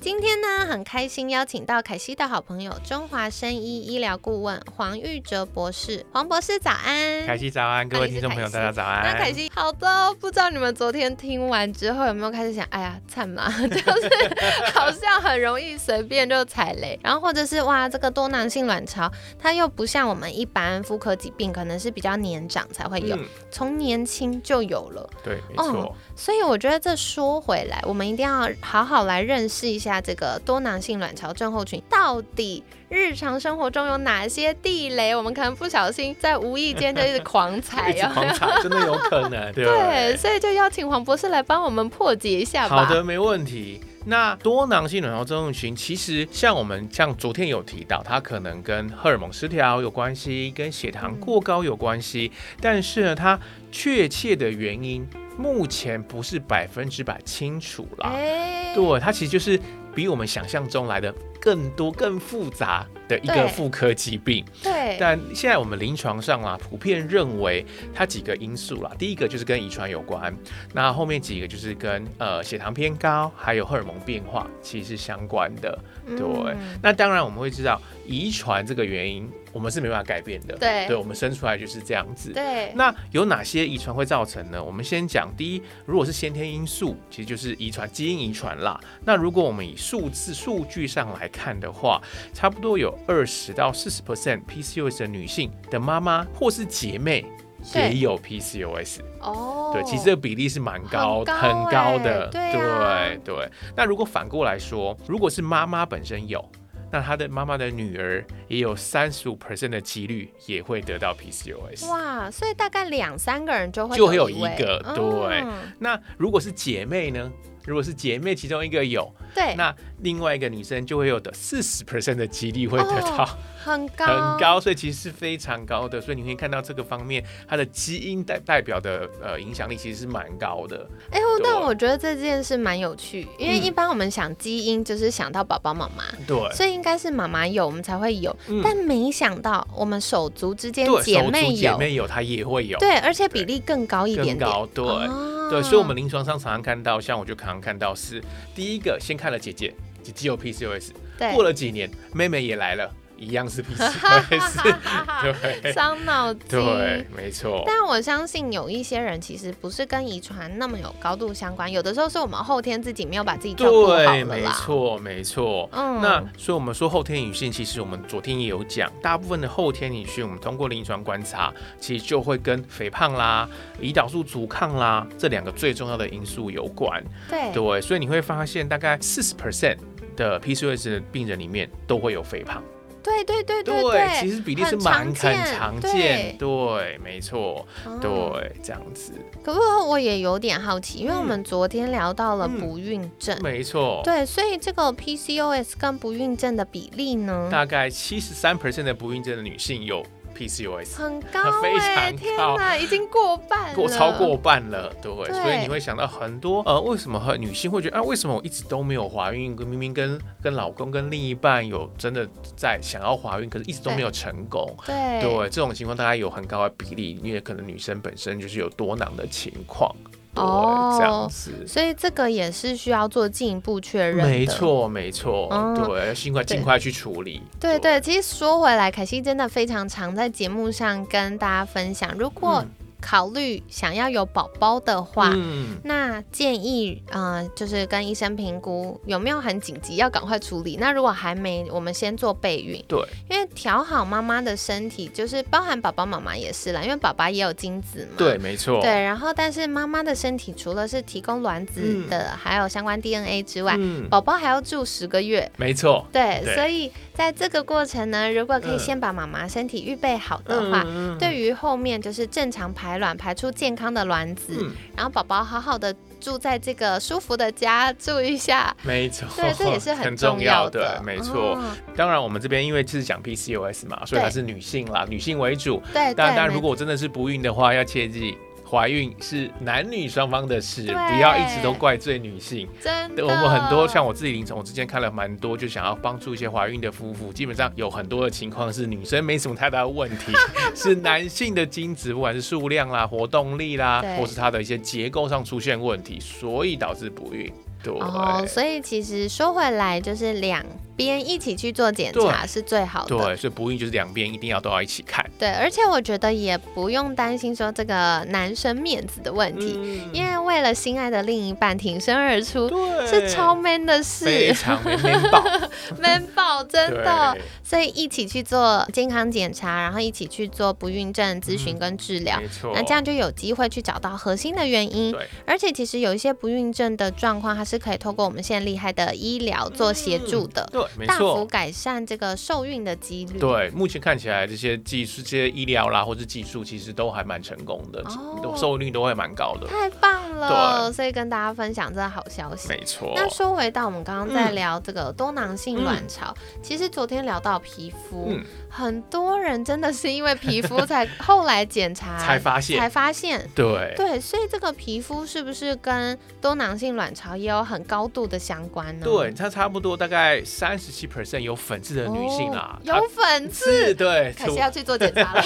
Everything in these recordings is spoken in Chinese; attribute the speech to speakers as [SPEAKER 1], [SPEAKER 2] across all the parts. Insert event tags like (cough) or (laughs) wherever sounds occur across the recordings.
[SPEAKER 1] 今天呢，很开心邀请到凯西的好朋友中华生医医疗顾问黄玉哲博士。黄博士，早安！
[SPEAKER 2] 凯西早安，各位听众朋友，大家早安。
[SPEAKER 1] 那凯西，好的，不知道你们昨天听完之后有没有开始想，哎呀，惨嘛， (laughs) 就是好像很容易随便就踩雷，然后或者是哇，这个多囊性卵巢，它又不像我们一般妇科疾病，可能是比较年长才会有，
[SPEAKER 2] 嗯，
[SPEAKER 1] 从年轻就有了。
[SPEAKER 2] 对，没
[SPEAKER 1] 哦
[SPEAKER 2] 错，
[SPEAKER 1] 所以我觉得这说回来，我们一定要好好来认识一下这个多囊性卵巢症候群到底日常生活中有哪些地雷，我们可能不小心在无意间就一直狂踩，
[SPEAKER 2] (laughs) 一直
[SPEAKER 1] 有没有
[SPEAKER 2] 狂踩，真的有
[SPEAKER 1] (laughs)
[SPEAKER 2] 可能，对
[SPEAKER 1] 对，所以就邀请黄博士来帮我们破解一下吧。
[SPEAKER 2] 好的，没问题。那多囊性卵巢症候群其实像我们像昨天有提到，它可能跟荷尔蒙失调有关系，跟血糖过高有关系，但是呢，它确切的原因目前不是百分之百清楚啦。
[SPEAKER 1] 哎，
[SPEAKER 2] 对，它其实就是比我们想象中来的更多、更复杂的一
[SPEAKER 1] 对
[SPEAKER 2] 个妇科疾病。
[SPEAKER 1] 对
[SPEAKER 2] 但现在我们临床上啊，普遍认为它几个因素啦，第一个就是跟遗传有关，那后面几个就是跟呃血糖偏高，还有荷尔蒙变化其实是相关的。
[SPEAKER 1] 嗯
[SPEAKER 2] 对那当然我们会知道遗传这个原因，我们是没办法改变的。
[SPEAKER 1] 对
[SPEAKER 2] 对我们生出来就是这样子。
[SPEAKER 1] 对，
[SPEAKER 2] 那有哪些遗传会造成呢？我们先讲第一，如果是先天因素，其实就是遗传基因遗传啦。那如果我们以数字数据上来看的话，差不多有二十到四十 percent PCOS 的女性的妈妈或是姐妹
[SPEAKER 1] 对
[SPEAKER 2] 也有 PCOS。
[SPEAKER 1] 哦，
[SPEAKER 2] 对，其实这个比例是蛮高
[SPEAKER 1] 很高
[SPEAKER 2] 很高的。
[SPEAKER 1] 欸对啊
[SPEAKER 2] 对对那如果反过来说，如果是妈妈本身有。那她的妈妈的女儿也有三十五 percent 的几率也会得到 PCOS。
[SPEAKER 1] 哇，所以大概两三个人就会
[SPEAKER 2] 就会有
[SPEAKER 1] 一
[SPEAKER 2] 一
[SPEAKER 1] 位
[SPEAKER 2] 个对
[SPEAKER 1] 嗯
[SPEAKER 2] 那如果是姐妹呢？如果是姐妹其中一个有，
[SPEAKER 1] 对，
[SPEAKER 2] 那另外一个女生就会有的四十 percent 的几率会得到，
[SPEAKER 1] 很哦高
[SPEAKER 2] 很高，所以其实是非常高的。所以你可以看到这个方面，它的基因代代表的呃影响力其实是蛮高的。
[SPEAKER 1] 哎、我但
[SPEAKER 2] 对
[SPEAKER 1] 我觉得这件事蛮有趣，因为
[SPEAKER 2] 嗯
[SPEAKER 1] 一般我们想基因就是想到宝宝妈妈，
[SPEAKER 2] 对，
[SPEAKER 1] 所以应该是妈妈有我们才会有，
[SPEAKER 2] 嗯
[SPEAKER 1] 但没想到我们手足之间
[SPEAKER 2] 对，
[SPEAKER 1] 姐
[SPEAKER 2] 手
[SPEAKER 1] 妹
[SPEAKER 2] 足姐
[SPEAKER 1] 有，
[SPEAKER 2] 妹有，它也会有，
[SPEAKER 1] 对，而且比例更高一点
[SPEAKER 2] 更
[SPEAKER 1] 点，
[SPEAKER 2] 高，对。
[SPEAKER 1] 哦
[SPEAKER 2] 对，所以我们临床上常常看到，像我就常常看到是第一个先看了姐姐，姐姐有 PCOS，
[SPEAKER 1] 对
[SPEAKER 2] 过了几年妹妹也来了，一样是
[SPEAKER 1] (laughs)
[SPEAKER 2] (laughs) PCOS，对
[SPEAKER 1] 伤脑筋。
[SPEAKER 2] 对，没错。
[SPEAKER 1] 但我相信有一些人其实不是跟遗传那么有高度相关，有的时候是我们后天自己没有把自己照顾好了
[SPEAKER 2] 对，
[SPEAKER 1] 啦。
[SPEAKER 2] 没错，没错。
[SPEAKER 1] 嗯
[SPEAKER 2] 那所以我们说后天女性，其实我们昨天也有讲，大部分的后天女性，我们通过临床观察，其实就会跟肥胖啦、胰岛素阻抗啦这两个最重要的因素有关。
[SPEAKER 1] 对
[SPEAKER 2] 对，所以你会发现大概四十 percent 的 PCOS 的病人里面都会有肥胖。
[SPEAKER 1] 对对对对
[SPEAKER 2] 其实比例是
[SPEAKER 1] 很
[SPEAKER 2] 蛮
[SPEAKER 1] 常见
[SPEAKER 2] 很常见。对，没错，
[SPEAKER 1] 哦
[SPEAKER 2] 对，这样子，
[SPEAKER 1] 可不过我也有点好奇，因为我们昨天聊到了
[SPEAKER 2] 嗯
[SPEAKER 1] 不孕症，
[SPEAKER 2] 没错。
[SPEAKER 1] 对，所以这个 PCOS 跟不孕症的比例呢，
[SPEAKER 2] 大概七十三 percent 的不孕症的女性有 PCOS。
[SPEAKER 1] 很高
[SPEAKER 2] 非
[SPEAKER 1] 哎、
[SPEAKER 2] 常
[SPEAKER 1] 天
[SPEAKER 2] 高
[SPEAKER 1] 哪，已经过半了，
[SPEAKER 2] 过超过半了，对不对？
[SPEAKER 1] 对
[SPEAKER 2] 所以你会想到很多呃，为什么和女性会觉得啊，为什么我一直都没有怀孕？明明跟跟老公、跟另一半有真的在想要怀孕，可是一直都没有成功。
[SPEAKER 1] 对
[SPEAKER 2] 对，这种情况大概有很高的比例，因为可能女生本身就是有多囊的情况。对，
[SPEAKER 1] 哦
[SPEAKER 2] 这样子。
[SPEAKER 1] 所以这个也是需要做进一步确认的。
[SPEAKER 2] 没，错，没错，
[SPEAKER 1] 嗯
[SPEAKER 2] 对，要尽快
[SPEAKER 1] 对
[SPEAKER 2] 尽快去处理。
[SPEAKER 1] 对对。其实说回来，凯西真的非常常在节目上跟大家分享，如果
[SPEAKER 2] 嗯
[SPEAKER 1] 考虑想要有宝宝的话，
[SPEAKER 2] 嗯，
[SPEAKER 1] 那建议，呃，就是跟医生评估有没有很紧急，要赶快处理。那如果还没，我们先做备孕，
[SPEAKER 2] 对，
[SPEAKER 1] 因为调好妈妈的身体，就是包含宝宝妈妈也是啦，因为爸爸也有精子嘛。
[SPEAKER 2] 对，。没错，
[SPEAKER 1] 对，然后但是妈妈的身体除了是提供卵子的，还有相关 DNA 之外，
[SPEAKER 2] 嗯，
[SPEAKER 1] 宝宝还要住十个月。
[SPEAKER 2] 没错，
[SPEAKER 1] 对，
[SPEAKER 2] 对
[SPEAKER 1] 所以在这个过程呢，如果可以
[SPEAKER 2] 嗯
[SPEAKER 1] 先把妈妈身体预备好的话，
[SPEAKER 2] 嗯，
[SPEAKER 1] 对于后面就是正常排卵，排出健康的卵子，
[SPEAKER 2] 嗯，
[SPEAKER 1] 然后宝宝好好的住在这个舒服的家住一下，
[SPEAKER 2] 没错， (laughs)
[SPEAKER 1] 对，这也是
[SPEAKER 2] 很
[SPEAKER 1] 重
[SPEAKER 2] 要
[SPEAKER 1] 的，
[SPEAKER 2] 没错。
[SPEAKER 1] 哦
[SPEAKER 2] 当然，我们这边因为是讲 PCOS 嘛，所
[SPEAKER 1] 对
[SPEAKER 2] 以它是女性啦，女性为主。
[SPEAKER 1] 对
[SPEAKER 2] 但
[SPEAKER 1] 对，
[SPEAKER 2] 但
[SPEAKER 1] 没
[SPEAKER 2] 如果真的是不孕的话，要切记。怀孕是男女双方的事，
[SPEAKER 1] 对
[SPEAKER 2] 不要一直都怪罪女性。
[SPEAKER 1] 真的，
[SPEAKER 2] 对我们很多像我自己临床，我之前看了蛮多，就想要帮助一些怀孕的夫妇。基本上有很多的情况是女生没什么太大的问
[SPEAKER 1] (laughs)
[SPEAKER 2] 题，是男性的精子不管是数量啦、活动力啦，
[SPEAKER 1] 对
[SPEAKER 2] 或是它的一些结构上出现问题，所以导致不孕。对，
[SPEAKER 1] 哦，所以其实说回来，就是两边一起去做检查是最好的。
[SPEAKER 2] 对，所以不孕就是两边一定要都要一起看。
[SPEAKER 1] 对，而且我觉得也不用担心说这个男生面子的问题，嗯因为为了心爱的另一半挺身而出
[SPEAKER 2] 对，
[SPEAKER 1] 是超 man 的
[SPEAKER 2] 非
[SPEAKER 1] 事
[SPEAKER 2] 常没面包， (laughs)
[SPEAKER 1] ，man 爆 (laughs) 真的。
[SPEAKER 2] 对，
[SPEAKER 1] 所以一起去做健康检查，然后一起去做不孕症咨询跟治疗。
[SPEAKER 2] 嗯没错。
[SPEAKER 1] 那这样就有机会去找到核心的原因
[SPEAKER 2] 对，
[SPEAKER 1] 而且其实有一些不孕症的状况，它是可以透过我们现在厉害的医疗做协助的，
[SPEAKER 2] 对，嗯没
[SPEAKER 1] 大幅
[SPEAKER 2] 错。
[SPEAKER 1] 改善这个受孕的几率。
[SPEAKER 2] 对，目前看起来这些技术、这些医疗啦，或是技术，其实都还蛮成功的，
[SPEAKER 1] 哦
[SPEAKER 2] 都受孕率都会蛮高的。
[SPEAKER 1] 太棒了！所以跟大家分享这个好消息。
[SPEAKER 2] 没错，
[SPEAKER 1] 那说回到我们刚刚在
[SPEAKER 2] 嗯
[SPEAKER 1] 聊这个多囊性卵巢，其实昨天聊到皮肤，
[SPEAKER 2] 嗯
[SPEAKER 1] 很多人真的是因为皮肤才 (laughs) 后来检查
[SPEAKER 2] 才发现
[SPEAKER 1] 才，发现
[SPEAKER 2] 对，
[SPEAKER 1] 对，所以这个皮肤是不是跟多囊性卵巢也有很高度的相关呢？
[SPEAKER 2] 对，，它差不多大概三十七 percent 有粉刺的女性啦，
[SPEAKER 1] 哦、
[SPEAKER 2] 她
[SPEAKER 1] 有粉
[SPEAKER 2] (laughs) 是，
[SPEAKER 1] 刺，
[SPEAKER 2] 对，
[SPEAKER 1] 可是要去做检查
[SPEAKER 2] (laughs)
[SPEAKER 1] 了。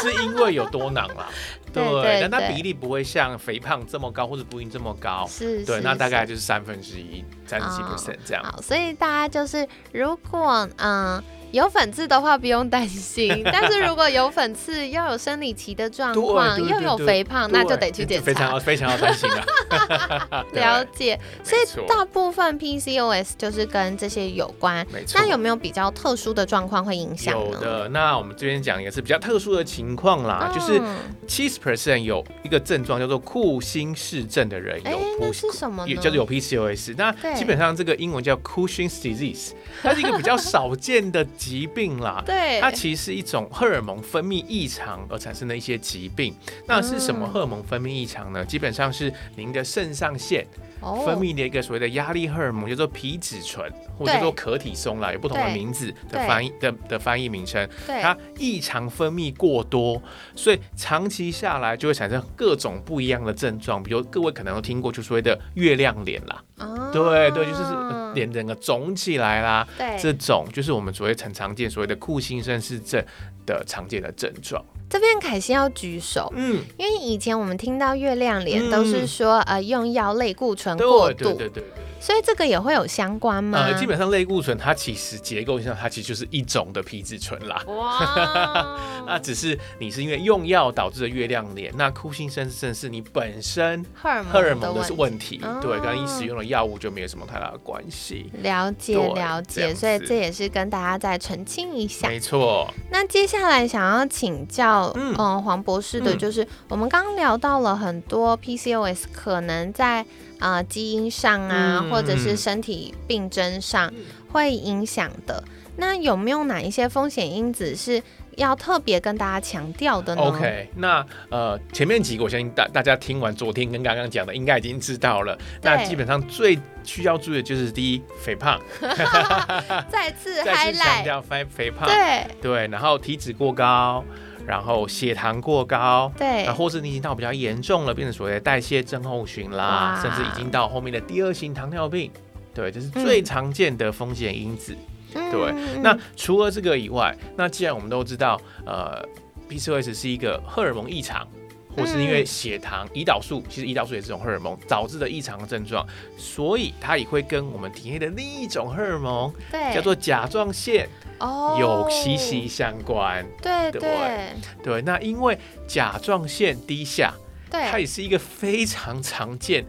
[SPEAKER 2] 是因为有多囊
[SPEAKER 1] (laughs)
[SPEAKER 2] 啦，
[SPEAKER 1] 对对
[SPEAKER 2] 但它
[SPEAKER 1] 对
[SPEAKER 2] 比例不会像肥胖这么高，或者不孕这么高，
[SPEAKER 1] 是，
[SPEAKER 2] 对，
[SPEAKER 1] 是
[SPEAKER 2] 那大概
[SPEAKER 1] 是啊
[SPEAKER 2] 就是三分之一，三十七 percent 这样。
[SPEAKER 1] 好，所以大家就是如果嗯。有粉刺的话不用担
[SPEAKER 2] (laughs)
[SPEAKER 1] 心，但是如果有粉刺又有生理期的状
[SPEAKER 2] 对
[SPEAKER 1] 况，
[SPEAKER 2] 对
[SPEAKER 1] 又
[SPEAKER 2] 对
[SPEAKER 1] 有
[SPEAKER 2] 对
[SPEAKER 1] 肥胖，那就
[SPEAKER 2] 对
[SPEAKER 1] 得去检
[SPEAKER 2] 非常
[SPEAKER 1] 查
[SPEAKER 2] 要。非常要担心啊。对
[SPEAKER 1] (laughs) 了解，所以
[SPEAKER 2] 没错
[SPEAKER 1] 大部分 PCOS 就是跟这些有关。
[SPEAKER 2] 没错
[SPEAKER 1] 那有没有比较特殊的状况会影响
[SPEAKER 2] 有
[SPEAKER 1] 呢？
[SPEAKER 2] 的，那我们这边讲也是比较特殊的情况啦，就是
[SPEAKER 1] 嗯
[SPEAKER 2] 七十 percent 有一个症状叫做库欣氏症的人
[SPEAKER 1] 哎
[SPEAKER 2] 有，
[SPEAKER 1] 那
[SPEAKER 2] PCOS
[SPEAKER 1] 是什么呢？
[SPEAKER 2] 也叫做有 PCOS，那
[SPEAKER 1] 对。
[SPEAKER 2] 基本上这个英文叫 Cushing's disease，它是一个比较少见的疾病啦
[SPEAKER 1] (laughs) 对，
[SPEAKER 2] 它其实是一种荷尔蒙分泌异常而产生的一些疾病。那是什么
[SPEAKER 1] 嗯
[SPEAKER 2] 荷尔蒙分泌异常呢？基本上是您的肾上腺
[SPEAKER 1] 哦
[SPEAKER 2] 分泌的一个所谓的压力荷尔蒙，叫做皮质醇，或
[SPEAKER 1] 对
[SPEAKER 2] 叫做可体松啦，有不同的名字的
[SPEAKER 1] 对
[SPEAKER 2] 翻译的的翻译名称。
[SPEAKER 1] 对，
[SPEAKER 2] 它异常分泌过多，所以长期下来就会产生各种不一样的症状，比如各位可能有听过，就所谓的月亮脸啦，
[SPEAKER 1] 啊
[SPEAKER 2] 对对，就是呃脸整个肿起来啦，
[SPEAKER 1] 对
[SPEAKER 2] 这种就是我们所谓很常见所谓的库欣绅氏症的常见的症状。
[SPEAKER 1] 这边凯西要举手，
[SPEAKER 2] 嗯，
[SPEAKER 1] 因为以前我们听到月亮脸
[SPEAKER 2] 嗯
[SPEAKER 1] 都是说、呃用药类固醇过
[SPEAKER 2] 对
[SPEAKER 1] 度，嗯
[SPEAKER 2] 对对对。
[SPEAKER 1] 所以这个也会有相关吗？
[SPEAKER 2] 呃，基本上类固醇它其实结构上它其实就是一种的皮质醇啦。 (laughs) 那
[SPEAKER 1] 哇，
[SPEAKER 2] 只是你是因为用药导致的月亮脸，那库欣绅氏症是你本身
[SPEAKER 1] 荷尔
[SPEAKER 2] 荷尔
[SPEAKER 1] 蒙嗯
[SPEAKER 2] 蒙
[SPEAKER 1] 的
[SPEAKER 2] 的是
[SPEAKER 1] 问
[SPEAKER 2] 问题，
[SPEAKER 1] 哦
[SPEAKER 2] 对，跟你使用的药物就没有什么太大的关系。
[SPEAKER 1] 了解
[SPEAKER 2] 对
[SPEAKER 1] 了
[SPEAKER 2] 这
[SPEAKER 1] 解，
[SPEAKER 2] 样
[SPEAKER 1] 所以
[SPEAKER 2] 子
[SPEAKER 1] 这也是跟大家再澄清一下。
[SPEAKER 2] 没错，
[SPEAKER 1] 那接下来想要请教，嗯、
[SPEAKER 2] 嗯
[SPEAKER 1] 黄博士的
[SPEAKER 2] 嗯
[SPEAKER 1] 就是，我们刚刚聊到了很多 PCOS 可能在呃基因上啊，
[SPEAKER 2] 嗯
[SPEAKER 1] 或者是身体病征上会影响的。那有没有哪一些风险因子是要特别跟大家强调的呢哦
[SPEAKER 2] OK，那呃前面几个我相信大大家听完昨天跟刚刚讲的，应该已经知道了。那
[SPEAKER 1] 对
[SPEAKER 2] 基本上最需要注意的就是第一，肥胖，
[SPEAKER 1] 再次
[SPEAKER 2] 再次强
[SPEAKER 1] highlight，
[SPEAKER 2] 调肥肥胖，
[SPEAKER 1] 对
[SPEAKER 2] 对，然后体脂过高，然后血糖过高。
[SPEAKER 1] 对
[SPEAKER 2] 啊，，或是你已经到比较严重了，变成所谓的代谢症候群啦
[SPEAKER 1] 哇，
[SPEAKER 2] 甚至已经到后面的第二型糖尿病，对，这是最常见的风险因子。
[SPEAKER 1] 嗯
[SPEAKER 2] 对
[SPEAKER 1] 嗯
[SPEAKER 2] 那
[SPEAKER 1] 嗯
[SPEAKER 2] 除了这个以外，那既然我们都知道，呃，PCOS 是一个荷尔蒙异常或或是因为血糖、胰岛素，其实胰岛素也是一种荷尔蒙导致的异常症状，所以它也会跟我们体内的另一种荷尔蒙
[SPEAKER 3] 对，
[SPEAKER 2] 叫做甲状腺
[SPEAKER 3] 哦，
[SPEAKER 2] 有息息相关。
[SPEAKER 3] 对
[SPEAKER 2] 对
[SPEAKER 3] 对
[SPEAKER 2] 对，那因为甲状腺低下，它
[SPEAKER 3] 对，
[SPEAKER 2] 也是一个非常常见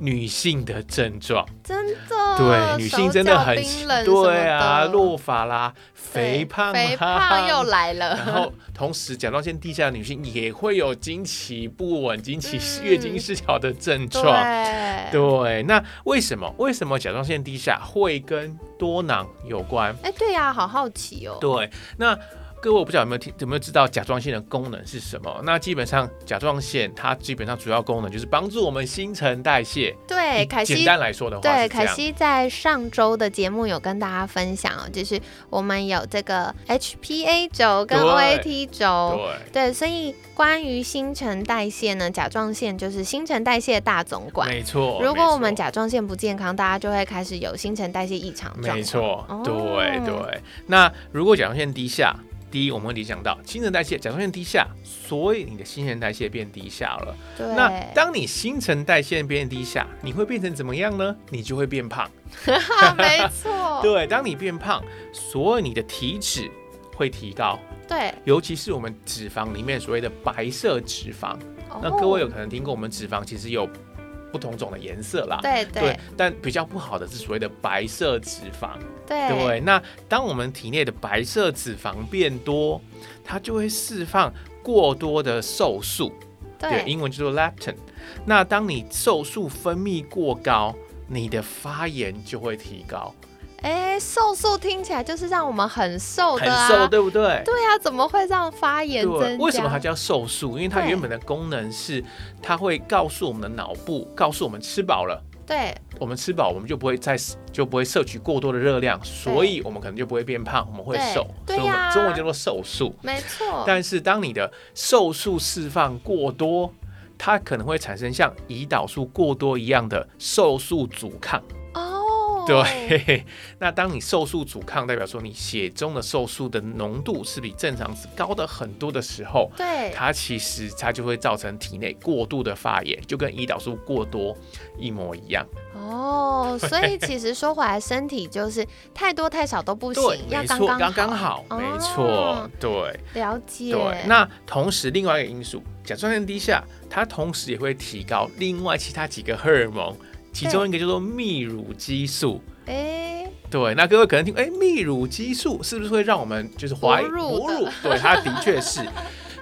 [SPEAKER 2] 女性的症状。
[SPEAKER 3] 真的，
[SPEAKER 2] 对，女性真的很
[SPEAKER 1] 啊手脚冰冷
[SPEAKER 2] 对啊，
[SPEAKER 1] 什么的
[SPEAKER 2] 落发啦，
[SPEAKER 1] 对
[SPEAKER 2] 肥胖、啊，
[SPEAKER 1] 肥胖又来了，
[SPEAKER 2] 然后，同时甲状腺低下的女性也会有经期不稳、经期
[SPEAKER 1] 嗯
[SPEAKER 2] 月经失调的症状。
[SPEAKER 1] (laughs) 对，
[SPEAKER 2] 对，那为什么为什么甲状腺低下会跟多囊有关？
[SPEAKER 1] 哎，对呀、好好奇哦。
[SPEAKER 2] 对，那各位我不知道有没有听有没有知道甲状腺的功能是什么？那基本上甲状腺它基本上主要功能就是帮助我们新陈代谢。
[SPEAKER 1] 对，哎凯
[SPEAKER 2] 简
[SPEAKER 1] 西。
[SPEAKER 2] 单来说的话
[SPEAKER 1] 对，
[SPEAKER 2] 是这
[SPEAKER 1] 凯
[SPEAKER 2] 样。
[SPEAKER 1] 西在上周的节目有跟大家分享哦，就是我们有这个 HPA 轴跟
[SPEAKER 2] 对
[SPEAKER 1] OAT 轴，
[SPEAKER 2] 对。
[SPEAKER 1] 对，所以关于新陈代谢呢，甲状腺就是新陈代谢大总管。
[SPEAKER 2] 没错，
[SPEAKER 1] 如果我们
[SPEAKER 2] 哦没错
[SPEAKER 1] 甲状腺不健康，大家就会开始有新陈代谢异常状况。
[SPEAKER 2] 没错
[SPEAKER 1] 哦，
[SPEAKER 2] 对对。那如果甲状腺低下，第一我们会联想到新陈代谢，甲状腺低下，所以你的新陈代谢变低下了。
[SPEAKER 1] 对， (laughs)
[SPEAKER 2] 那当你新陈代谢变低下，你会变成怎么样呢？你就会变胖。
[SPEAKER 1] 没
[SPEAKER 2] (laughs)
[SPEAKER 1] 错，
[SPEAKER 2] 对，当你变胖，所以你的体脂会提高，
[SPEAKER 1] 对。
[SPEAKER 2] 尤其是我们脂肪里面所谓的白色脂肪。那
[SPEAKER 1] 哦
[SPEAKER 2] 各位有可能听过，我们脂肪其实有不同种的颜色啦。
[SPEAKER 1] 哦对
[SPEAKER 2] 对
[SPEAKER 1] 对，
[SPEAKER 2] 但比较不好的是所谓的白色脂肪。
[SPEAKER 1] 对
[SPEAKER 2] 对，那当我们体内的白色脂肪变多，它就会释放过多的瘦素，对，
[SPEAKER 1] 对
[SPEAKER 2] 英文叫做 leptin。那当你瘦素分泌过高，你的发炎就会提高，
[SPEAKER 1] 哎，瘦素听起来就是让我们很瘦
[SPEAKER 2] 很
[SPEAKER 1] 的啊，
[SPEAKER 2] 瘦，对不对？
[SPEAKER 1] 对啊，怎么会让发炎增
[SPEAKER 2] 对，
[SPEAKER 1] 加？
[SPEAKER 2] 为什么它叫瘦素？因为它
[SPEAKER 1] 对
[SPEAKER 2] 原本的功能是，它会告诉我们的脑部，告诉我们吃饱了，
[SPEAKER 1] 对
[SPEAKER 2] 我们吃饱，我们就不会再就不会摄取过多的热量，所以我们可能就不会变胖，我们会
[SPEAKER 1] 对
[SPEAKER 2] 瘦，所
[SPEAKER 1] 对
[SPEAKER 2] 以我
[SPEAKER 1] 呀哦
[SPEAKER 2] 们中文叫做瘦素。
[SPEAKER 1] 没错，
[SPEAKER 2] 但是当你的瘦素释放过多，它可能会产生像胰岛素过多一样的瘦素阻抗。
[SPEAKER 1] 哦，
[SPEAKER 2] 对， (laughs) 那当你瘦素阻抗，代表说你血中的瘦素的浓度是比正常值高的很多的时候。
[SPEAKER 1] (laughs) 对
[SPEAKER 2] 它其实它就会造成体内过度的发炎，就跟胰岛素过多一模一样。
[SPEAKER 1] 哦，所以其实说回来，身体就是太多太少都不
[SPEAKER 2] 对，
[SPEAKER 1] 行，要
[SPEAKER 2] 没
[SPEAKER 1] 刚
[SPEAKER 2] 错，
[SPEAKER 1] 刚
[SPEAKER 2] 刚刚好，没错
[SPEAKER 1] 哦，
[SPEAKER 2] 对。
[SPEAKER 1] 了解，
[SPEAKER 2] 对，那同时另外一个因素，甲状腺低下，它同时也会提高另外其他几个荷尔蒙，其中一个叫做泌乳激素。
[SPEAKER 1] 哎，
[SPEAKER 2] 对，那各位可能听，哎，泌乳激素是不是会让我们就是怀
[SPEAKER 1] 哺乳的
[SPEAKER 2] 对，它的确是。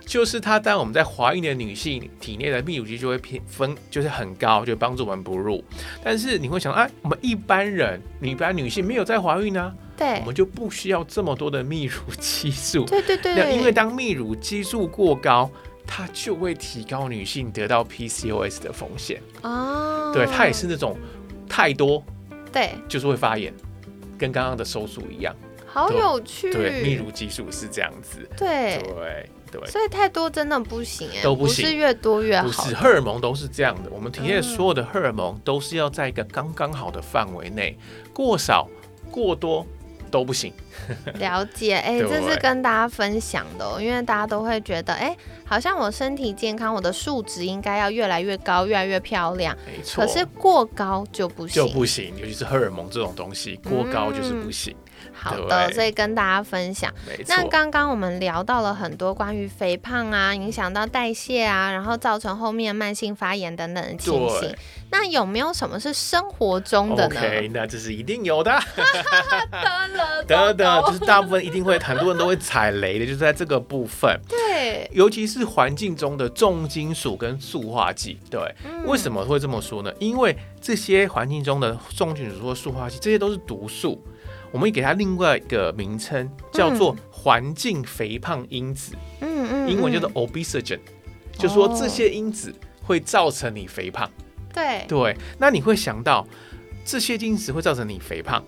[SPEAKER 2] 就是它，当我们在怀孕的女性体内的泌乳激素就会偏分，就是很高，就帮助我们哺乳。但是你会想，哎、我们一般人，你一般女性没有在怀孕啊，我
[SPEAKER 1] 对
[SPEAKER 2] 们就不需要这么多的泌乳激素。
[SPEAKER 1] 对对对，
[SPEAKER 2] (laughs) 那因为当泌乳激素过高，它就会提高女性得到 PCOS 的风险。
[SPEAKER 1] 哦，
[SPEAKER 2] 对，它也是那种太多
[SPEAKER 1] 对，
[SPEAKER 2] 就是会发炎，跟刚刚的收缩一样。
[SPEAKER 1] 好有趣，
[SPEAKER 2] 对，泌乳激素是这样子。
[SPEAKER 1] 嗯对
[SPEAKER 2] 对对。
[SPEAKER 1] 所以太多真的不行哎，
[SPEAKER 2] 都不
[SPEAKER 1] 不
[SPEAKER 2] 行
[SPEAKER 1] 是越多越
[SPEAKER 2] 不
[SPEAKER 1] 好嗯
[SPEAKER 2] 是荷尔蒙都是这样的，我们体内的所有的荷尔蒙都是要在一个刚刚好的范围内，过少、过多都不行。
[SPEAKER 1] (laughs) 了
[SPEAKER 2] (laughs)
[SPEAKER 1] 解，哎、
[SPEAKER 2] 对
[SPEAKER 1] 这是跟大家分享的哦、因为大家都会觉得，哎、好像我身体健康，我的数值应该要越来越高，越来越漂亮。
[SPEAKER 2] 没错，
[SPEAKER 1] 可是过高就不行。嗯
[SPEAKER 2] 就不行，尤其是荷尔蒙这种东西，过高就是不行。
[SPEAKER 1] 好的，
[SPEAKER 2] 对
[SPEAKER 1] 所以跟大家分享。
[SPEAKER 2] 没错。
[SPEAKER 1] 那刚刚我们聊到了很多关于肥胖啊，影响到代谢啊，然后造成后面慢性发炎等等的情形
[SPEAKER 2] 对。
[SPEAKER 1] 那有没有什么是生活中的呢？
[SPEAKER 2] OK，那这是一
[SPEAKER 1] (laughs)
[SPEAKER 2] 定有的。
[SPEAKER 1] 当然
[SPEAKER 2] 等等，就是大部分一定会，很多人都会踩雷的，就是在这个
[SPEAKER 1] (laughs)
[SPEAKER 2] 部分，
[SPEAKER 1] 对，
[SPEAKER 2] 尤其是环境中的重金属跟塑化剂。对，
[SPEAKER 1] 嗯
[SPEAKER 2] 为什么会这么说呢？因为这些环境中的重金属或塑化剂，这些都是毒素，我们给它另外一个名称叫做环境肥胖因子，
[SPEAKER 1] 嗯嗯，
[SPEAKER 2] 英文叫做
[SPEAKER 1] 嗯
[SPEAKER 2] obesogen，、就说这些因子会造成你肥胖。
[SPEAKER 1] 对
[SPEAKER 2] 对，那你会想到这些因子会造成你肥胖，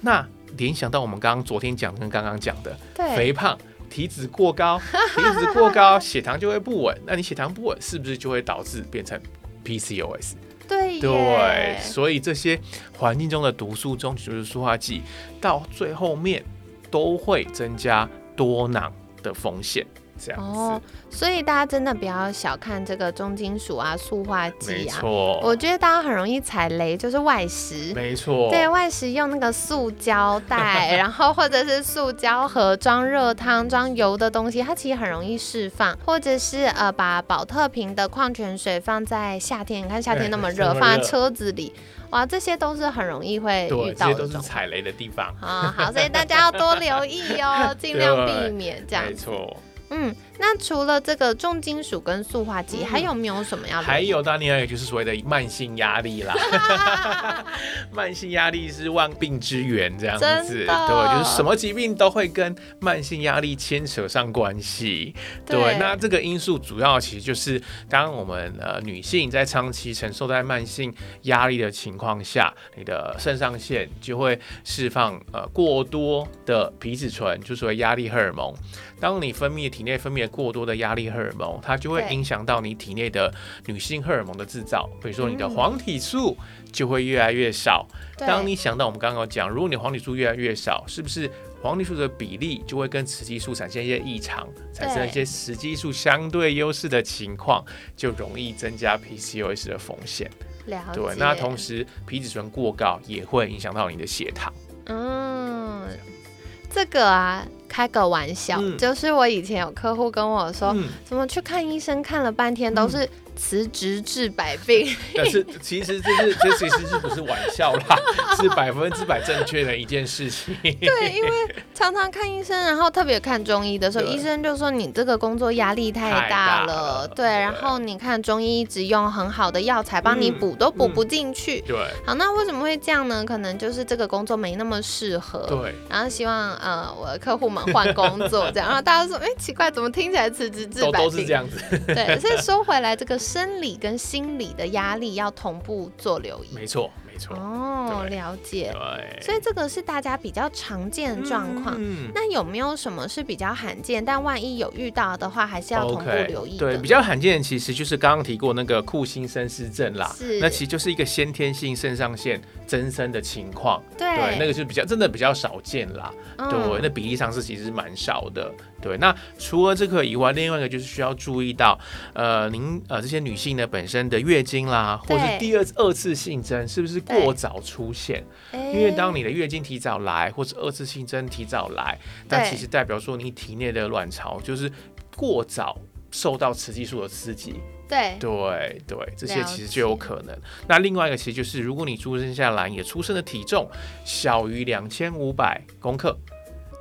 [SPEAKER 2] 那联想到我们刚刚昨天讲跟刚刚讲的
[SPEAKER 1] 对
[SPEAKER 2] 肥胖。体脂过高，体脂过高，血糖就会不稳。那你血糖不稳，是不是就会导致变成 PCOS？
[SPEAKER 1] 对
[SPEAKER 2] 对
[SPEAKER 1] 耶，
[SPEAKER 2] 所以这些环境中的毒素中，就是塑化剂，到最后面都会增加多囊的风险。这样子。
[SPEAKER 1] 哦所以大家真的不要小看这个重金属啊、塑化
[SPEAKER 2] 没
[SPEAKER 1] 剂啊，我
[SPEAKER 2] 错，
[SPEAKER 1] 觉得大家很容易踩雷，就是外食。
[SPEAKER 2] 没错，
[SPEAKER 1] 对外食用那个塑胶
[SPEAKER 2] (laughs)
[SPEAKER 1] 袋，然后或者是塑胶盒装热汤、装油的东西，它其实很容易释放，或者是呃把保特瓶的矿泉水放在夏天，你看夏天那么
[SPEAKER 2] 哎
[SPEAKER 1] 热，
[SPEAKER 2] 这么热
[SPEAKER 1] 放在车子里，哇，这些都是很容易会遇
[SPEAKER 2] 对，这
[SPEAKER 1] 到
[SPEAKER 2] 些
[SPEAKER 1] 的
[SPEAKER 2] 都是
[SPEAKER 1] 状况。
[SPEAKER 2] 踩雷的地方。
[SPEAKER 1] 啊、好，所以大家要多留意
[SPEAKER 2] (laughs)
[SPEAKER 1] 哦，尽量避免这样
[SPEAKER 2] 没
[SPEAKER 1] 子。
[SPEAKER 2] 错，
[SPEAKER 1] 嗯，那除了这个重金属跟塑化剂，还有没有什么要？
[SPEAKER 2] 嗯还，有当然也就是所谓的慢性压力
[SPEAKER 1] (laughs)
[SPEAKER 2] 啦，慢性压力是万病之源，这样子，
[SPEAKER 1] 真的
[SPEAKER 2] 对，就是什么疾病都会跟慢性压力牵扯上关系。对，
[SPEAKER 1] 对
[SPEAKER 2] 那这个因素主要其实就是，当我们呃女性在长期承受在慢性压力的情况下，你的肾上腺就会释放呃过多的皮质醇，就所谓压力荷尔蒙。当你分泌体内分泌过多的压力荷尔蒙，它就会
[SPEAKER 1] 对
[SPEAKER 2] 影响到你体内的女性荷尔蒙的制造，比如说你的
[SPEAKER 1] 嗯
[SPEAKER 2] 黄体素就会越来越少。
[SPEAKER 1] 对
[SPEAKER 2] 当你想到我们刚刚有讲，如果你黄体素越来越少，是不是黄体素的比例就会跟雌激素产生一些异常，产生一些雌激素相对优势的情况，就容易增加 PCOS 的风险。
[SPEAKER 1] 了解，
[SPEAKER 2] 对，那同时皮质醇过高也会影响到你的血糖。
[SPEAKER 1] 嗯，这个啊，开个玩笑，
[SPEAKER 2] 嗯
[SPEAKER 1] 就是我以前有客户跟我说，
[SPEAKER 2] 嗯，
[SPEAKER 1] 怎么去看医生看了半天都是辞职治百病，
[SPEAKER 2] 但是其实这是这其实是不是玩笑
[SPEAKER 1] (laughs)
[SPEAKER 2] 啦，是百分之百正确的一件事情。 (laughs)
[SPEAKER 1] 对，因为常常看医生，然后特别看中医的时候，
[SPEAKER 2] 对
[SPEAKER 1] 医生就说你这个工作压力太
[SPEAKER 2] 太
[SPEAKER 1] 大
[SPEAKER 2] 大了
[SPEAKER 1] 对，然后你看中医一直用很好的药材帮你
[SPEAKER 2] 嗯
[SPEAKER 1] 补，都补
[SPEAKER 2] 嗯
[SPEAKER 1] 不进去。
[SPEAKER 2] 对
[SPEAKER 1] 好，那为什么会这样呢？可能就是这个工作没那么适合。
[SPEAKER 2] 对，
[SPEAKER 1] 然后希望呃我的客户们换工作
[SPEAKER 2] (laughs)
[SPEAKER 1] 这样，然后大家说，哎、奇怪，怎么听起来辞职治
[SPEAKER 2] 都
[SPEAKER 1] 百
[SPEAKER 2] 都
[SPEAKER 1] 病
[SPEAKER 2] 是？这样子。
[SPEAKER 1] 对，所以说回来，这个生理跟心理的压力要同步做留
[SPEAKER 2] 没
[SPEAKER 1] 意。
[SPEAKER 2] 错，没错。
[SPEAKER 1] 哦，
[SPEAKER 2] 对
[SPEAKER 1] 了解。
[SPEAKER 2] 对，
[SPEAKER 1] 所以这个是大家比较常见的状况。
[SPEAKER 2] 嗯
[SPEAKER 1] 那有没有什么是比较罕见，但万一有遇到的话，还是要同步
[SPEAKER 2] OK，
[SPEAKER 1] 留意的
[SPEAKER 2] 对，比较罕见的其实就是刚刚提过那个库欣森氏症啦
[SPEAKER 1] 是，
[SPEAKER 2] 那其实就是一个先天性肾上腺增生的情况，
[SPEAKER 1] 对
[SPEAKER 2] 对，那个是比较真的比较少见啦，
[SPEAKER 1] 嗯
[SPEAKER 2] 对，那比例上是其实蛮少的。对，那除了这个以外，另外一个就是需要注意到，呃，您呃这些女性呢本身的月经啦，或是
[SPEAKER 1] 对
[SPEAKER 2] 第二二次性征是不是
[SPEAKER 1] 对
[SPEAKER 2] 过早出现？
[SPEAKER 1] 哎
[SPEAKER 2] 因为当你的月经提早来，或是二次性征提早来，那
[SPEAKER 1] 对
[SPEAKER 2] 其实代表说你体内的卵巢就是过早。受到雌激素的刺激，
[SPEAKER 1] 对
[SPEAKER 2] 对对，这些
[SPEAKER 1] 了
[SPEAKER 2] 其实就有可能。那另外一个其实就是，如果你出生下来，你的出生的体重小于两千五百公克，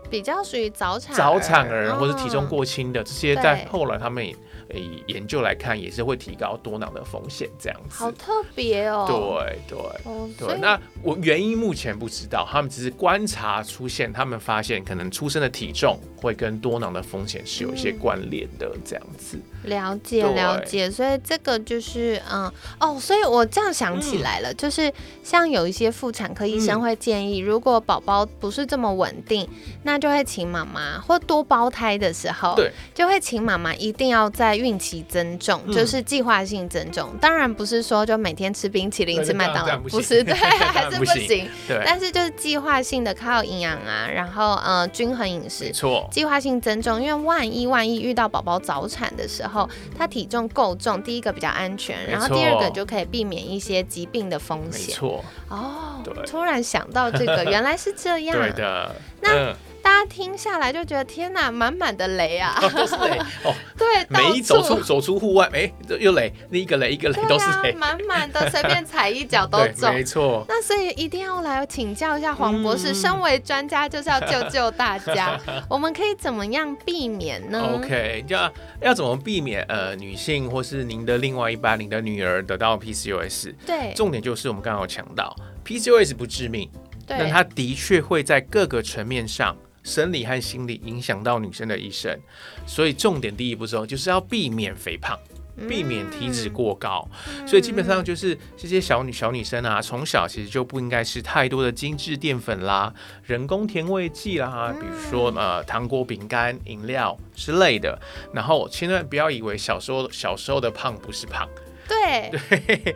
[SPEAKER 1] 比较属于早产
[SPEAKER 2] 早产儿或者体重
[SPEAKER 1] 嗯
[SPEAKER 2] 过轻的，这些
[SPEAKER 1] 对
[SPEAKER 2] 在后来他们也以研究来看，也是会提高多囊的风险，这样
[SPEAKER 1] 好
[SPEAKER 2] 子。
[SPEAKER 1] 特别哦。
[SPEAKER 2] 对对。
[SPEAKER 1] 哦，所
[SPEAKER 2] 对，
[SPEAKER 1] 以
[SPEAKER 2] 那我原因目前不知道，他们只是观察出现，他们发现可能出生的体重会跟多囊的风险是有一些
[SPEAKER 1] 嗯
[SPEAKER 2] 关联的，这样子。
[SPEAKER 1] 了解
[SPEAKER 2] 对
[SPEAKER 1] 了解，所以这个就是嗯哦，所以我这样想起来了，就是像有一些妇产科医生
[SPEAKER 2] 嗯
[SPEAKER 1] 会建议，如果宝宝不是这么稳定，那就会请妈妈或多胞胎的时候，
[SPEAKER 2] 对，
[SPEAKER 1] 就会请妈妈一定要在孕期增重，
[SPEAKER 2] 嗯
[SPEAKER 1] 就是计划性增重。当然不是说就每天吃冰淇淋、
[SPEAKER 2] 对
[SPEAKER 1] 吃麦当
[SPEAKER 2] 这
[SPEAKER 1] 劳，
[SPEAKER 2] 样不行
[SPEAKER 1] 不是
[SPEAKER 2] (laughs)
[SPEAKER 1] 对，
[SPEAKER 2] 当
[SPEAKER 1] 还
[SPEAKER 2] 然
[SPEAKER 1] 是不
[SPEAKER 2] 不行
[SPEAKER 1] 行。
[SPEAKER 2] 对，
[SPEAKER 1] 但是就是计划性的靠营养啊，然后呃均衡饮食
[SPEAKER 2] 没，错，
[SPEAKER 1] 计划性增重，因为万一万一遇到宝宝早产的时候，他体重够重，第一个比较安全，
[SPEAKER 2] 没
[SPEAKER 1] 然后
[SPEAKER 2] 错
[SPEAKER 1] 第二个就可以避免一些疾病的风
[SPEAKER 2] 没
[SPEAKER 1] 险。
[SPEAKER 2] 错，
[SPEAKER 1] 哦
[SPEAKER 2] 对，
[SPEAKER 1] 突然想到这个，原来是这样。
[SPEAKER 2] (laughs) 对的。
[SPEAKER 1] 那 (laughs)
[SPEAKER 2] 嗯，
[SPEAKER 1] 大家听下来就觉得天哪，满满的雷啊！
[SPEAKER 2] (laughs) 都是雷哦，
[SPEAKER 1] 对，
[SPEAKER 2] 每一
[SPEAKER 1] 到
[SPEAKER 2] 走
[SPEAKER 1] 处
[SPEAKER 2] 出走出户外，哎，又雷，那一个雷一个雷
[SPEAKER 1] 对
[SPEAKER 2] 都是
[SPEAKER 1] 啊
[SPEAKER 2] 雷，，
[SPEAKER 1] 满满的，随便踩一脚都
[SPEAKER 2] (laughs) 对，
[SPEAKER 1] 中
[SPEAKER 2] 没。错。
[SPEAKER 1] 那所以一定要来请教一下黄博士，
[SPEAKER 2] 嗯
[SPEAKER 1] 身为专家就是要救救大
[SPEAKER 2] (laughs)
[SPEAKER 1] 家，我们可以怎么样避免呢
[SPEAKER 2] OK，要要怎么避免呃女性或是您的另外一半、您的女儿得到 PCOS？
[SPEAKER 1] 对，
[SPEAKER 2] 重点就是我们刚刚有强调，PCOS 不致命，但
[SPEAKER 1] 对，
[SPEAKER 2] 它的确会在各个层面上。生理和心理影响到女生的一生，所以重点第一步骤就是要避免肥胖，避免体脂过高。所以基本上就是这些小女小女生啊，从小其实就不应该吃太多的精致淀粉啦、人工甜味剂啦，比如说呃糖果、饼干、饮料之类的。然后千万不要以为小时候小时候的胖不是胖，
[SPEAKER 1] 对，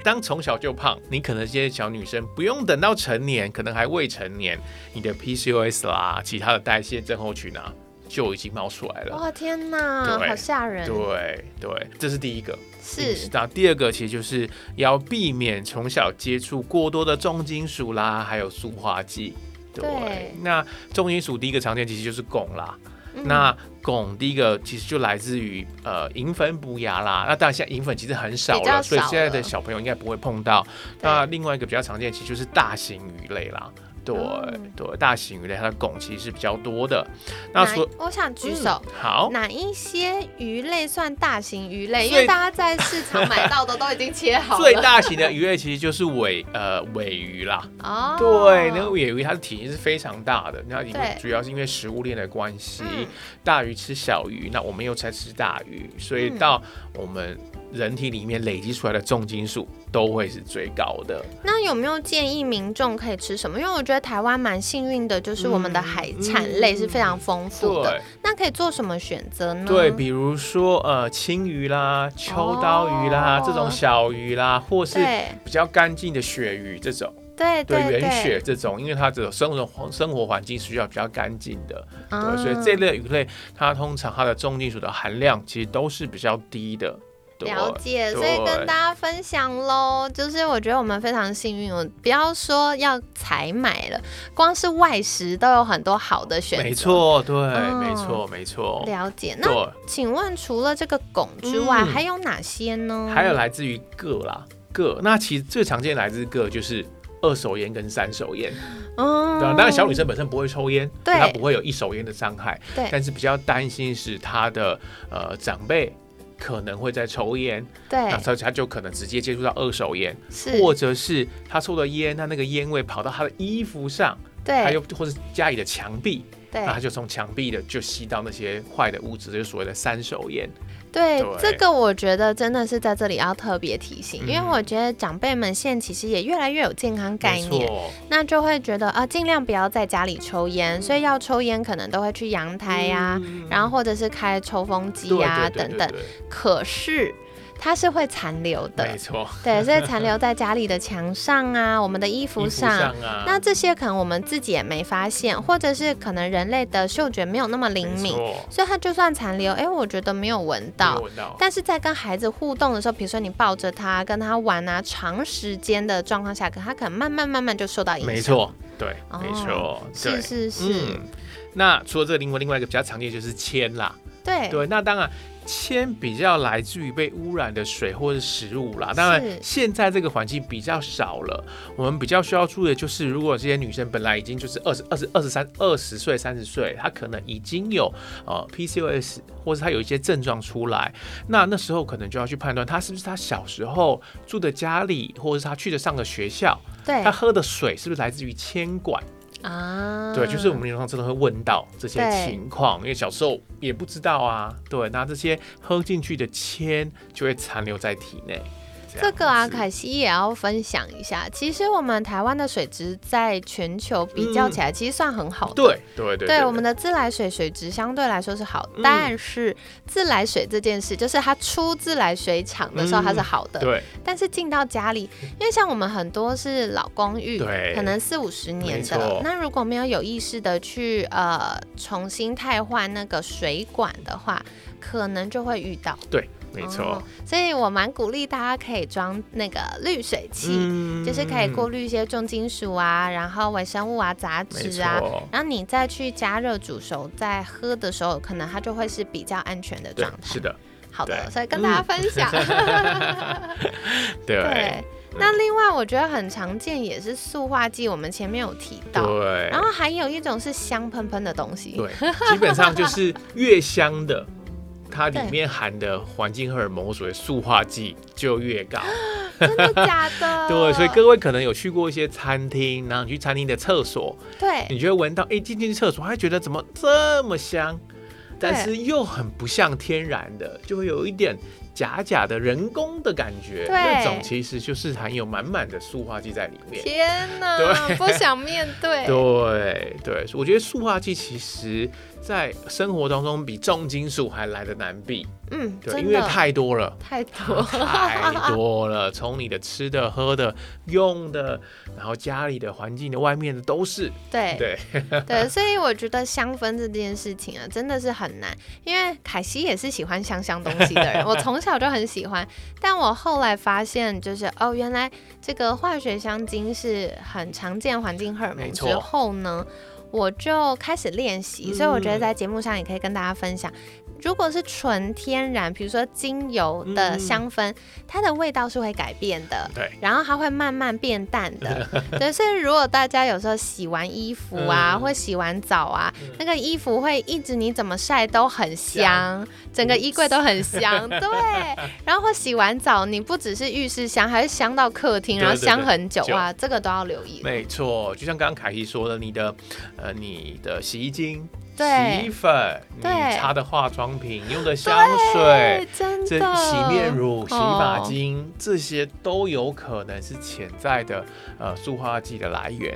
[SPEAKER 2] 当从小就胖，你可能这些小女生不用等到成年，可能还未成年，你的 PCOS 啦，其他的代谢症候群啊，就已经冒出来了。
[SPEAKER 1] 哇，天哪，
[SPEAKER 2] 对
[SPEAKER 1] 好吓人！
[SPEAKER 2] 对对，这是第一个。饮食
[SPEAKER 1] 是，
[SPEAKER 2] 道。第二个其实就是要避免从小接触过多的重金属啦，还有塑化剂。对，
[SPEAKER 1] 对
[SPEAKER 2] 那重金属第一个常见其实就是汞啦。
[SPEAKER 1] 嗯
[SPEAKER 2] 那汞第一个其实就来自于呃银粉补牙啦。那当然现在银粉其实很少
[SPEAKER 1] 比
[SPEAKER 2] 了，
[SPEAKER 1] 较
[SPEAKER 2] 所以
[SPEAKER 1] 少
[SPEAKER 2] 现在的
[SPEAKER 1] 了
[SPEAKER 2] 小朋友应该不会碰到。那另外一个比较常见的其实就是大型鱼类啦。对、
[SPEAKER 1] 嗯
[SPEAKER 2] 对，大型鱼类它的汞其实是比较多的。那
[SPEAKER 1] 哪
[SPEAKER 2] 所嗯
[SPEAKER 1] 我想举手。
[SPEAKER 2] 好，
[SPEAKER 1] 哪一些鱼类算大型鱼类？因
[SPEAKER 2] 最
[SPEAKER 1] 为大家在市场买到的都已经
[SPEAKER 2] (laughs)
[SPEAKER 1] 切好了。
[SPEAKER 2] 最大型的鱼类其实就是尾呃尾鱼啦。
[SPEAKER 1] (laughs) 哦，
[SPEAKER 2] 对，那个尾鱼它的体型是非常大的，那因为
[SPEAKER 1] 对
[SPEAKER 2] 主要是因为食物链的关系，
[SPEAKER 1] 嗯
[SPEAKER 2] 大鱼吃小鱼，那我们又才吃大鱼，所以
[SPEAKER 1] 嗯
[SPEAKER 2] 到我们人体里面累积出来的重金属都会是最高的。
[SPEAKER 1] 那有没有建议民众可以吃什么？因为我觉得台湾蛮幸运的，就是我们的海产类是非常丰富的。
[SPEAKER 2] 嗯
[SPEAKER 1] 嗯
[SPEAKER 2] 对
[SPEAKER 1] 那可以做什么选择呢？
[SPEAKER 2] 对，比如说呃青鱼啦、秋刀鱼啦、
[SPEAKER 1] 哦
[SPEAKER 2] 这种小鱼啦，或是
[SPEAKER 1] 对
[SPEAKER 2] 比较干净的鳕鱼这种，
[SPEAKER 1] 对
[SPEAKER 2] 对
[SPEAKER 1] 对
[SPEAKER 2] 原鳕这种，因为它的生活生活环境是需要比较干净的。
[SPEAKER 1] 啊
[SPEAKER 2] 对，所以这类鱼类，它通常它的重金属的含量其实都是比较低的。对
[SPEAKER 1] 了解，
[SPEAKER 2] 对
[SPEAKER 1] 所以跟大家分享喽。就是我觉得我们非常幸运，我不要说要采买了，光是外食都有很多好的选择。
[SPEAKER 2] 没。错，对，
[SPEAKER 1] 嗯
[SPEAKER 2] 没错，没错。
[SPEAKER 1] 了解，那
[SPEAKER 2] 对，
[SPEAKER 1] 请问除了这个汞之外，
[SPEAKER 2] 嗯
[SPEAKER 1] 还有哪些呢？
[SPEAKER 2] 还有来自于铬啦，铬，那其实最常见来自铬就是。二手烟跟三手烟，
[SPEAKER 1] 嗯
[SPEAKER 2] 对啊，当然小女生本身不会抽烟，
[SPEAKER 1] 对
[SPEAKER 2] 她不会有一手烟的伤害，
[SPEAKER 1] 对
[SPEAKER 2] 但是比较担心是她的呃长辈可能会在抽烟，
[SPEAKER 1] 对
[SPEAKER 2] 那所以她就可能直接接触到二手烟，
[SPEAKER 1] 是，
[SPEAKER 2] 或者是她抽的烟，她那个烟味跑到她的衣服上，还
[SPEAKER 1] 对
[SPEAKER 2] 有啊或是家里的墙壁，那它
[SPEAKER 1] 对
[SPEAKER 2] 就从墙壁的就吸到那些坏的物质，就是所谓的三手烟。
[SPEAKER 1] 对
[SPEAKER 2] 对，
[SPEAKER 1] 这个我觉得真的是在这里要特别提醒，因为
[SPEAKER 2] 嗯
[SPEAKER 1] 我觉得长辈们现在其实也越来越有健康概
[SPEAKER 2] 没
[SPEAKER 1] 念，
[SPEAKER 2] 错，
[SPEAKER 1] 那就会觉得啊，尽量不要在家里抽烟，所以要抽烟可能都会去阳台哎啊呀、
[SPEAKER 2] 嗯
[SPEAKER 1] 然后或者是开抽风机
[SPEAKER 2] 对
[SPEAKER 1] 呀、
[SPEAKER 2] 对对
[SPEAKER 1] 等
[SPEAKER 2] 对
[SPEAKER 1] 等。
[SPEAKER 2] 对
[SPEAKER 1] 可是它是会残留的
[SPEAKER 2] 没，错，
[SPEAKER 1] 对，所以残留在家里的墙上
[SPEAKER 2] (laughs)
[SPEAKER 1] 啊，我们的衣服
[SPEAKER 2] 衣服
[SPEAKER 1] 上。
[SPEAKER 2] 上啊，
[SPEAKER 1] 那这些可能我们自己也没发现，或者是可能人类的嗅觉没有那么灵
[SPEAKER 2] 没
[SPEAKER 1] 敏，
[SPEAKER 2] 错
[SPEAKER 1] 所以它就算残留，哎，我觉得没有闻
[SPEAKER 2] 没有
[SPEAKER 1] 到。
[SPEAKER 2] 闻到，
[SPEAKER 1] 但是在跟孩子互动的时候，比如说你抱着他跟他玩啊，长时间的状况下，可他可能慢慢慢慢就受到影响。
[SPEAKER 2] 没，错，对，
[SPEAKER 1] 哦
[SPEAKER 2] 没错，对
[SPEAKER 1] 是。是是，
[SPEAKER 2] 嗯，那除了这个另外另外一个比较常见就是铅啦，
[SPEAKER 1] 对
[SPEAKER 2] 对，那当然铅比较来自于被污染的水或是食物啦。当然
[SPEAKER 1] 是
[SPEAKER 2] 现在这个环境比较少了，我们比较需要注意的就是，如果这些女生本来已经就是二十二十二十三二十岁三十岁，她可能已经有呃 PCOS 或是她有一些症状出来，那那时候可能就要去判断她是不是她小时候住的家里，或者是她去的上的学校，
[SPEAKER 1] 对
[SPEAKER 2] 她喝的水是不是来自于铅管。
[SPEAKER 1] 啊，
[SPEAKER 2] 对，就是我们临床真的会问到这些
[SPEAKER 1] 对
[SPEAKER 2] 情况，因为小时候也不知道啊。对，那这些喝进去的铅就会残留在体内。
[SPEAKER 1] 这个啊，
[SPEAKER 2] 样子
[SPEAKER 1] 凯西也要分享一下。其实我们台湾的水质在全球比较起来，其实算很好的。
[SPEAKER 2] 嗯对对对
[SPEAKER 1] 对我们的自来水水质相对来说是好，
[SPEAKER 2] 嗯
[SPEAKER 1] 但是自来水这件事，就是它出自来水厂的时候
[SPEAKER 2] 嗯
[SPEAKER 1] 它是好的，
[SPEAKER 2] 对，
[SPEAKER 1] 但是进到家里，因为像我们很多是老公寓，
[SPEAKER 2] 对
[SPEAKER 1] 可能四五十年
[SPEAKER 2] 没
[SPEAKER 1] 的
[SPEAKER 2] 错，
[SPEAKER 1] 那如果没有有意识的去呃重新汰换那个水管的话，可能就会遇到。
[SPEAKER 2] 对，没
[SPEAKER 1] 哦
[SPEAKER 2] 错。
[SPEAKER 1] 所以我蛮鼓励大家可以装那个滤水器，
[SPEAKER 2] 嗯
[SPEAKER 1] 就是可以过滤一些重金属啊，然后微生物啊、杂
[SPEAKER 2] 没
[SPEAKER 1] 质啊。
[SPEAKER 2] 错。
[SPEAKER 1] 然后你再去加热煮熟，再喝的时候，可能它就会是比较安全的
[SPEAKER 2] 嗯对
[SPEAKER 1] 状，态。
[SPEAKER 2] 是，的，
[SPEAKER 1] 好的，
[SPEAKER 2] 对
[SPEAKER 1] 所以跟大家分
[SPEAKER 2] (laughs)
[SPEAKER 1] 享。
[SPEAKER 2] 对
[SPEAKER 1] 对，那另外我觉得很常见也是塑化剂，我们前面有提到。
[SPEAKER 2] 对
[SPEAKER 1] 然后还有一种是香喷喷的东西，
[SPEAKER 2] 对，基本
[SPEAKER 1] (laughs)
[SPEAKER 2] 上就是越香的，它里
[SPEAKER 1] 对
[SPEAKER 2] 面含的环境荷尔蒙，所谓塑化剂就越高。
[SPEAKER 1] 真的假的？
[SPEAKER 2] (laughs) 对，所以各位可能有去过一些餐厅，然后你去餐厅的厕所，
[SPEAKER 1] 对
[SPEAKER 2] 你就会闻到，哎、进进去厕所，还觉得怎么这么香，但
[SPEAKER 1] 对
[SPEAKER 2] 是又很不像天然的，就会有一点假假的人工的感觉，
[SPEAKER 1] 对
[SPEAKER 2] 那种其实就是含有满满的塑化剂在里面。
[SPEAKER 1] 天哪，
[SPEAKER 2] 对
[SPEAKER 1] 不想面对。
[SPEAKER 2] 对对，我觉得塑化剂其实在生活当中比重金属还来的难避，
[SPEAKER 1] 嗯，
[SPEAKER 2] 对，
[SPEAKER 1] 真
[SPEAKER 2] 因为
[SPEAKER 1] 的
[SPEAKER 2] 太多
[SPEAKER 1] (laughs)
[SPEAKER 2] 了。 (laughs)
[SPEAKER 1] 太多了。
[SPEAKER 2] 太多了，从你的吃的、喝的、用的，然后家里的环境的、外面的都是。
[SPEAKER 1] 对
[SPEAKER 2] 对，
[SPEAKER 1] 对，所以我觉得香氛这件事情啊，真的是很难。因为凯西也是喜欢香香东西的
[SPEAKER 2] (laughs)
[SPEAKER 1] 人，我从小就很喜欢。但我后来发现，就是哦，原来这个化学香精是很常见环境荷尔蒙
[SPEAKER 2] 没
[SPEAKER 1] 之
[SPEAKER 2] 错
[SPEAKER 1] 后呢，我就开始练习。所以我觉
[SPEAKER 2] 嗯
[SPEAKER 1] 得在节目上也可以跟大家分享。如果是纯天然，比如说精油的
[SPEAKER 2] 嗯
[SPEAKER 1] 香氛，它的味道是会改变的，
[SPEAKER 2] 对，
[SPEAKER 1] 然后它会慢慢变淡
[SPEAKER 2] (laughs)
[SPEAKER 1] 的，对，所以如果大家有时候洗完衣服啊，
[SPEAKER 2] 嗯
[SPEAKER 1] 或洗完澡啊，
[SPEAKER 2] 嗯
[SPEAKER 1] 那个衣服会一直你怎么晒都很香，整个衣柜都很
[SPEAKER 2] (laughs)
[SPEAKER 1] 香，对，然后或洗完澡，你不只是浴室香，还会香到客厅，
[SPEAKER 2] 对
[SPEAKER 1] 然后
[SPEAKER 2] 对
[SPEAKER 1] 香
[SPEAKER 2] 对
[SPEAKER 1] 很久啊，这个都要留意，
[SPEAKER 2] 没错，就像刚刚凯西说的，你的呃，你的洗衣精、
[SPEAKER 1] 对
[SPEAKER 2] 洗衣粉，你
[SPEAKER 1] 对
[SPEAKER 2] 擦的化妆品、用的香水。
[SPEAKER 1] 对，真
[SPEAKER 2] 这
[SPEAKER 1] 的，
[SPEAKER 2] 洗面乳、洗发
[SPEAKER 1] 哦
[SPEAKER 2] 精、这些都有可能是潜在的呃塑化剂的来源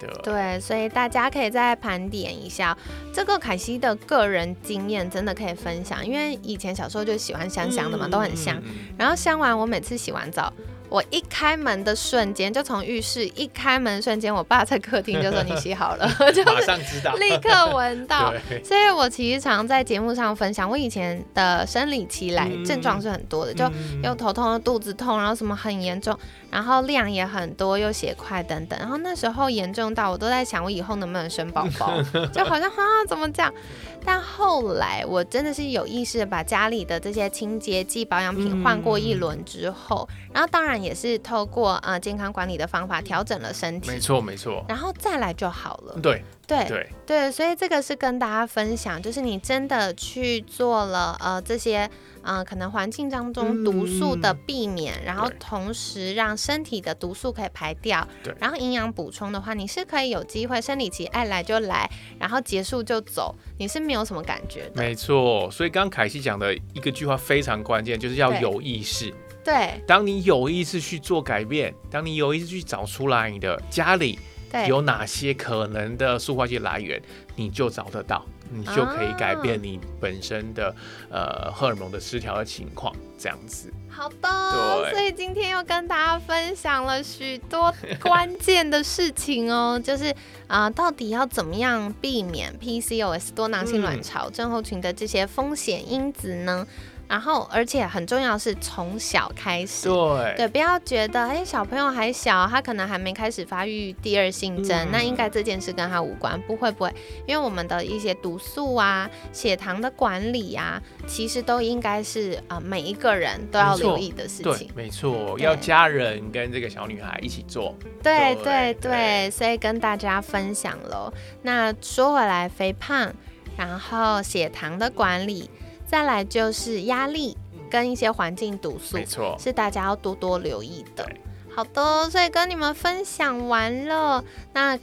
[SPEAKER 2] 的。
[SPEAKER 1] 对，所以大家可以再盘点一下这个凯西的个人经验，真的可以分享。因为以前小时候就喜欢香香的嘛，
[SPEAKER 2] 嗯
[SPEAKER 1] 都很香。。
[SPEAKER 2] 嗯
[SPEAKER 1] 然后香完，我每次洗完澡，我一开门的瞬间，就从浴室一开门瞬间，我爸在客厅就说你洗好了，
[SPEAKER 2] (laughs)
[SPEAKER 1] 就
[SPEAKER 2] 嗯马
[SPEAKER 1] 是
[SPEAKER 2] 上知
[SPEAKER 1] (laughs)
[SPEAKER 2] 道。
[SPEAKER 1] 立刻闻到。
[SPEAKER 2] 对，
[SPEAKER 1] 所以我其实常在节目上分享，我以前的生理期来
[SPEAKER 2] 嗯
[SPEAKER 1] 症状是很多的，就
[SPEAKER 2] 嗯
[SPEAKER 1] 又头痛、又肚子痛，然后什么很严重，然后量也很多，又血块等等。然后那时候严重到我都在想，我以后能不能生宝
[SPEAKER 2] (laughs)
[SPEAKER 1] 宝，就好像哈、啊、怎么讲？但后来我真的是有意识地把家里的这些清洁剂、保养品换过
[SPEAKER 2] 嗯
[SPEAKER 1] 一轮之后，然后当然也是透过呃健康管理的方法调整了身体
[SPEAKER 2] 没，错没错，
[SPEAKER 1] 然后再来就好了。
[SPEAKER 2] 对
[SPEAKER 1] 对
[SPEAKER 2] 对，
[SPEAKER 1] 对，所以这个是跟大家分享，就是你真的去做了呃这些呃可能环境当中毒素的
[SPEAKER 2] 嗯
[SPEAKER 1] 避免，然后
[SPEAKER 2] 对
[SPEAKER 1] 同时让身体的毒素可以排掉，
[SPEAKER 2] 对
[SPEAKER 1] 然后营养补充的话，你是可以有机会生理期爱来就来，然后结束就走，你是没有什么感觉的，
[SPEAKER 2] 没错。所以刚刚凯西讲的一个句话非常关键，就是要
[SPEAKER 1] 对
[SPEAKER 2] 有意识。
[SPEAKER 1] 对
[SPEAKER 2] 当你有意识去做改变，当你有意识去找出来你的家里
[SPEAKER 1] 对，
[SPEAKER 2] 有哪些可能的塑化剂来源，你就找得到，你就可以改变你本身的、呃荷尔蒙的失调的情况，这样子。
[SPEAKER 1] 好的，
[SPEAKER 2] 对
[SPEAKER 1] 所以今天又跟大家分享了许多关键的事情哦， (laughs) 就是啊、呃到底要怎么样避免 PCOS 多囊性卵巢症候群的这些风险因子呢？然后，而且很重要是从小开始。
[SPEAKER 2] 对
[SPEAKER 1] 对，不要觉得哎，小朋友还小，他可能还没开始发育第二性征，
[SPEAKER 2] 嗯
[SPEAKER 1] 那应该这件事跟他无关，不会不会，因为我们的一些毒素啊、血糖的管理啊，其实都应该是啊、呃每一个人都要
[SPEAKER 2] 没错
[SPEAKER 1] 留意的事
[SPEAKER 2] 对
[SPEAKER 1] 情，。
[SPEAKER 2] 没错，
[SPEAKER 1] 对
[SPEAKER 2] 要家人跟这个小女孩一起做。
[SPEAKER 1] 对
[SPEAKER 2] 对
[SPEAKER 1] 对
[SPEAKER 2] 对
[SPEAKER 1] 对，所以跟大家分享喽。那说回来，肥胖，然后血糖的管理，再来就是压力跟一些环境毒素
[SPEAKER 2] 没，错，
[SPEAKER 1] 是大家要多多留意的
[SPEAKER 2] 对。
[SPEAKER 1] 好的，所以跟你们分享完了，那。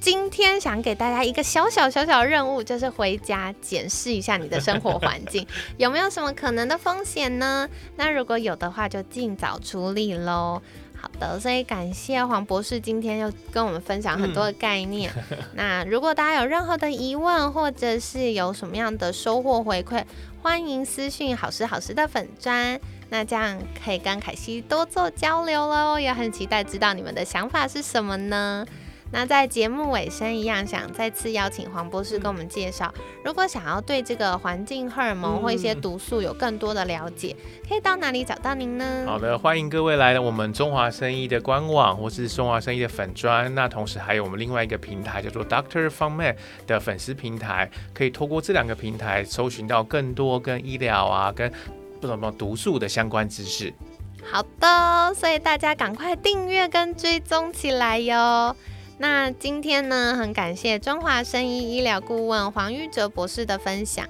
[SPEAKER 1] 今天想给大家一个小小小小任务，就是回家检视一下你的生活环
[SPEAKER 2] (laughs)
[SPEAKER 1] 境有没有什么可能的风险呢？那如果有的话，就尽早处理喽。好的，所以感谢黄博士今天又跟我们分享很多的概
[SPEAKER 2] (laughs)
[SPEAKER 1] 念。那如果大家有任何的疑问，或者是有什么样的收获回馈，欢迎私讯好时好时的粉砖。那这样可以跟凯西多做交流喽，也很期待知道你们的想法是什么呢？那在节目尾声一样，想再次邀请黄博士跟我们介绍，如果想要对这个环境荷尔蒙或一些
[SPEAKER 2] 嗯
[SPEAKER 1] 毒素有更多的了解，可以到哪里找到您呢？
[SPEAKER 2] 好的，欢迎各位来我们中华生意的官网或是中华生意的粉砖。那同时还有我们另外一个平台叫做 Doctor Fun Man 的粉丝平台，可以透过这两个平台搜寻到更多跟医疗啊、跟不怎么毒素的相关知识。
[SPEAKER 1] 好的，所以大家赶快订阅跟追踪起来哟。那今天呢，很感谢中华生医医疗顾问黄玉哲博士的分享。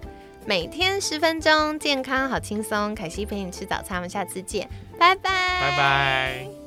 [SPEAKER 1] 每天十分钟，健康好轻松。凯西陪你吃早餐，我们下次见，拜拜，
[SPEAKER 2] 拜拜。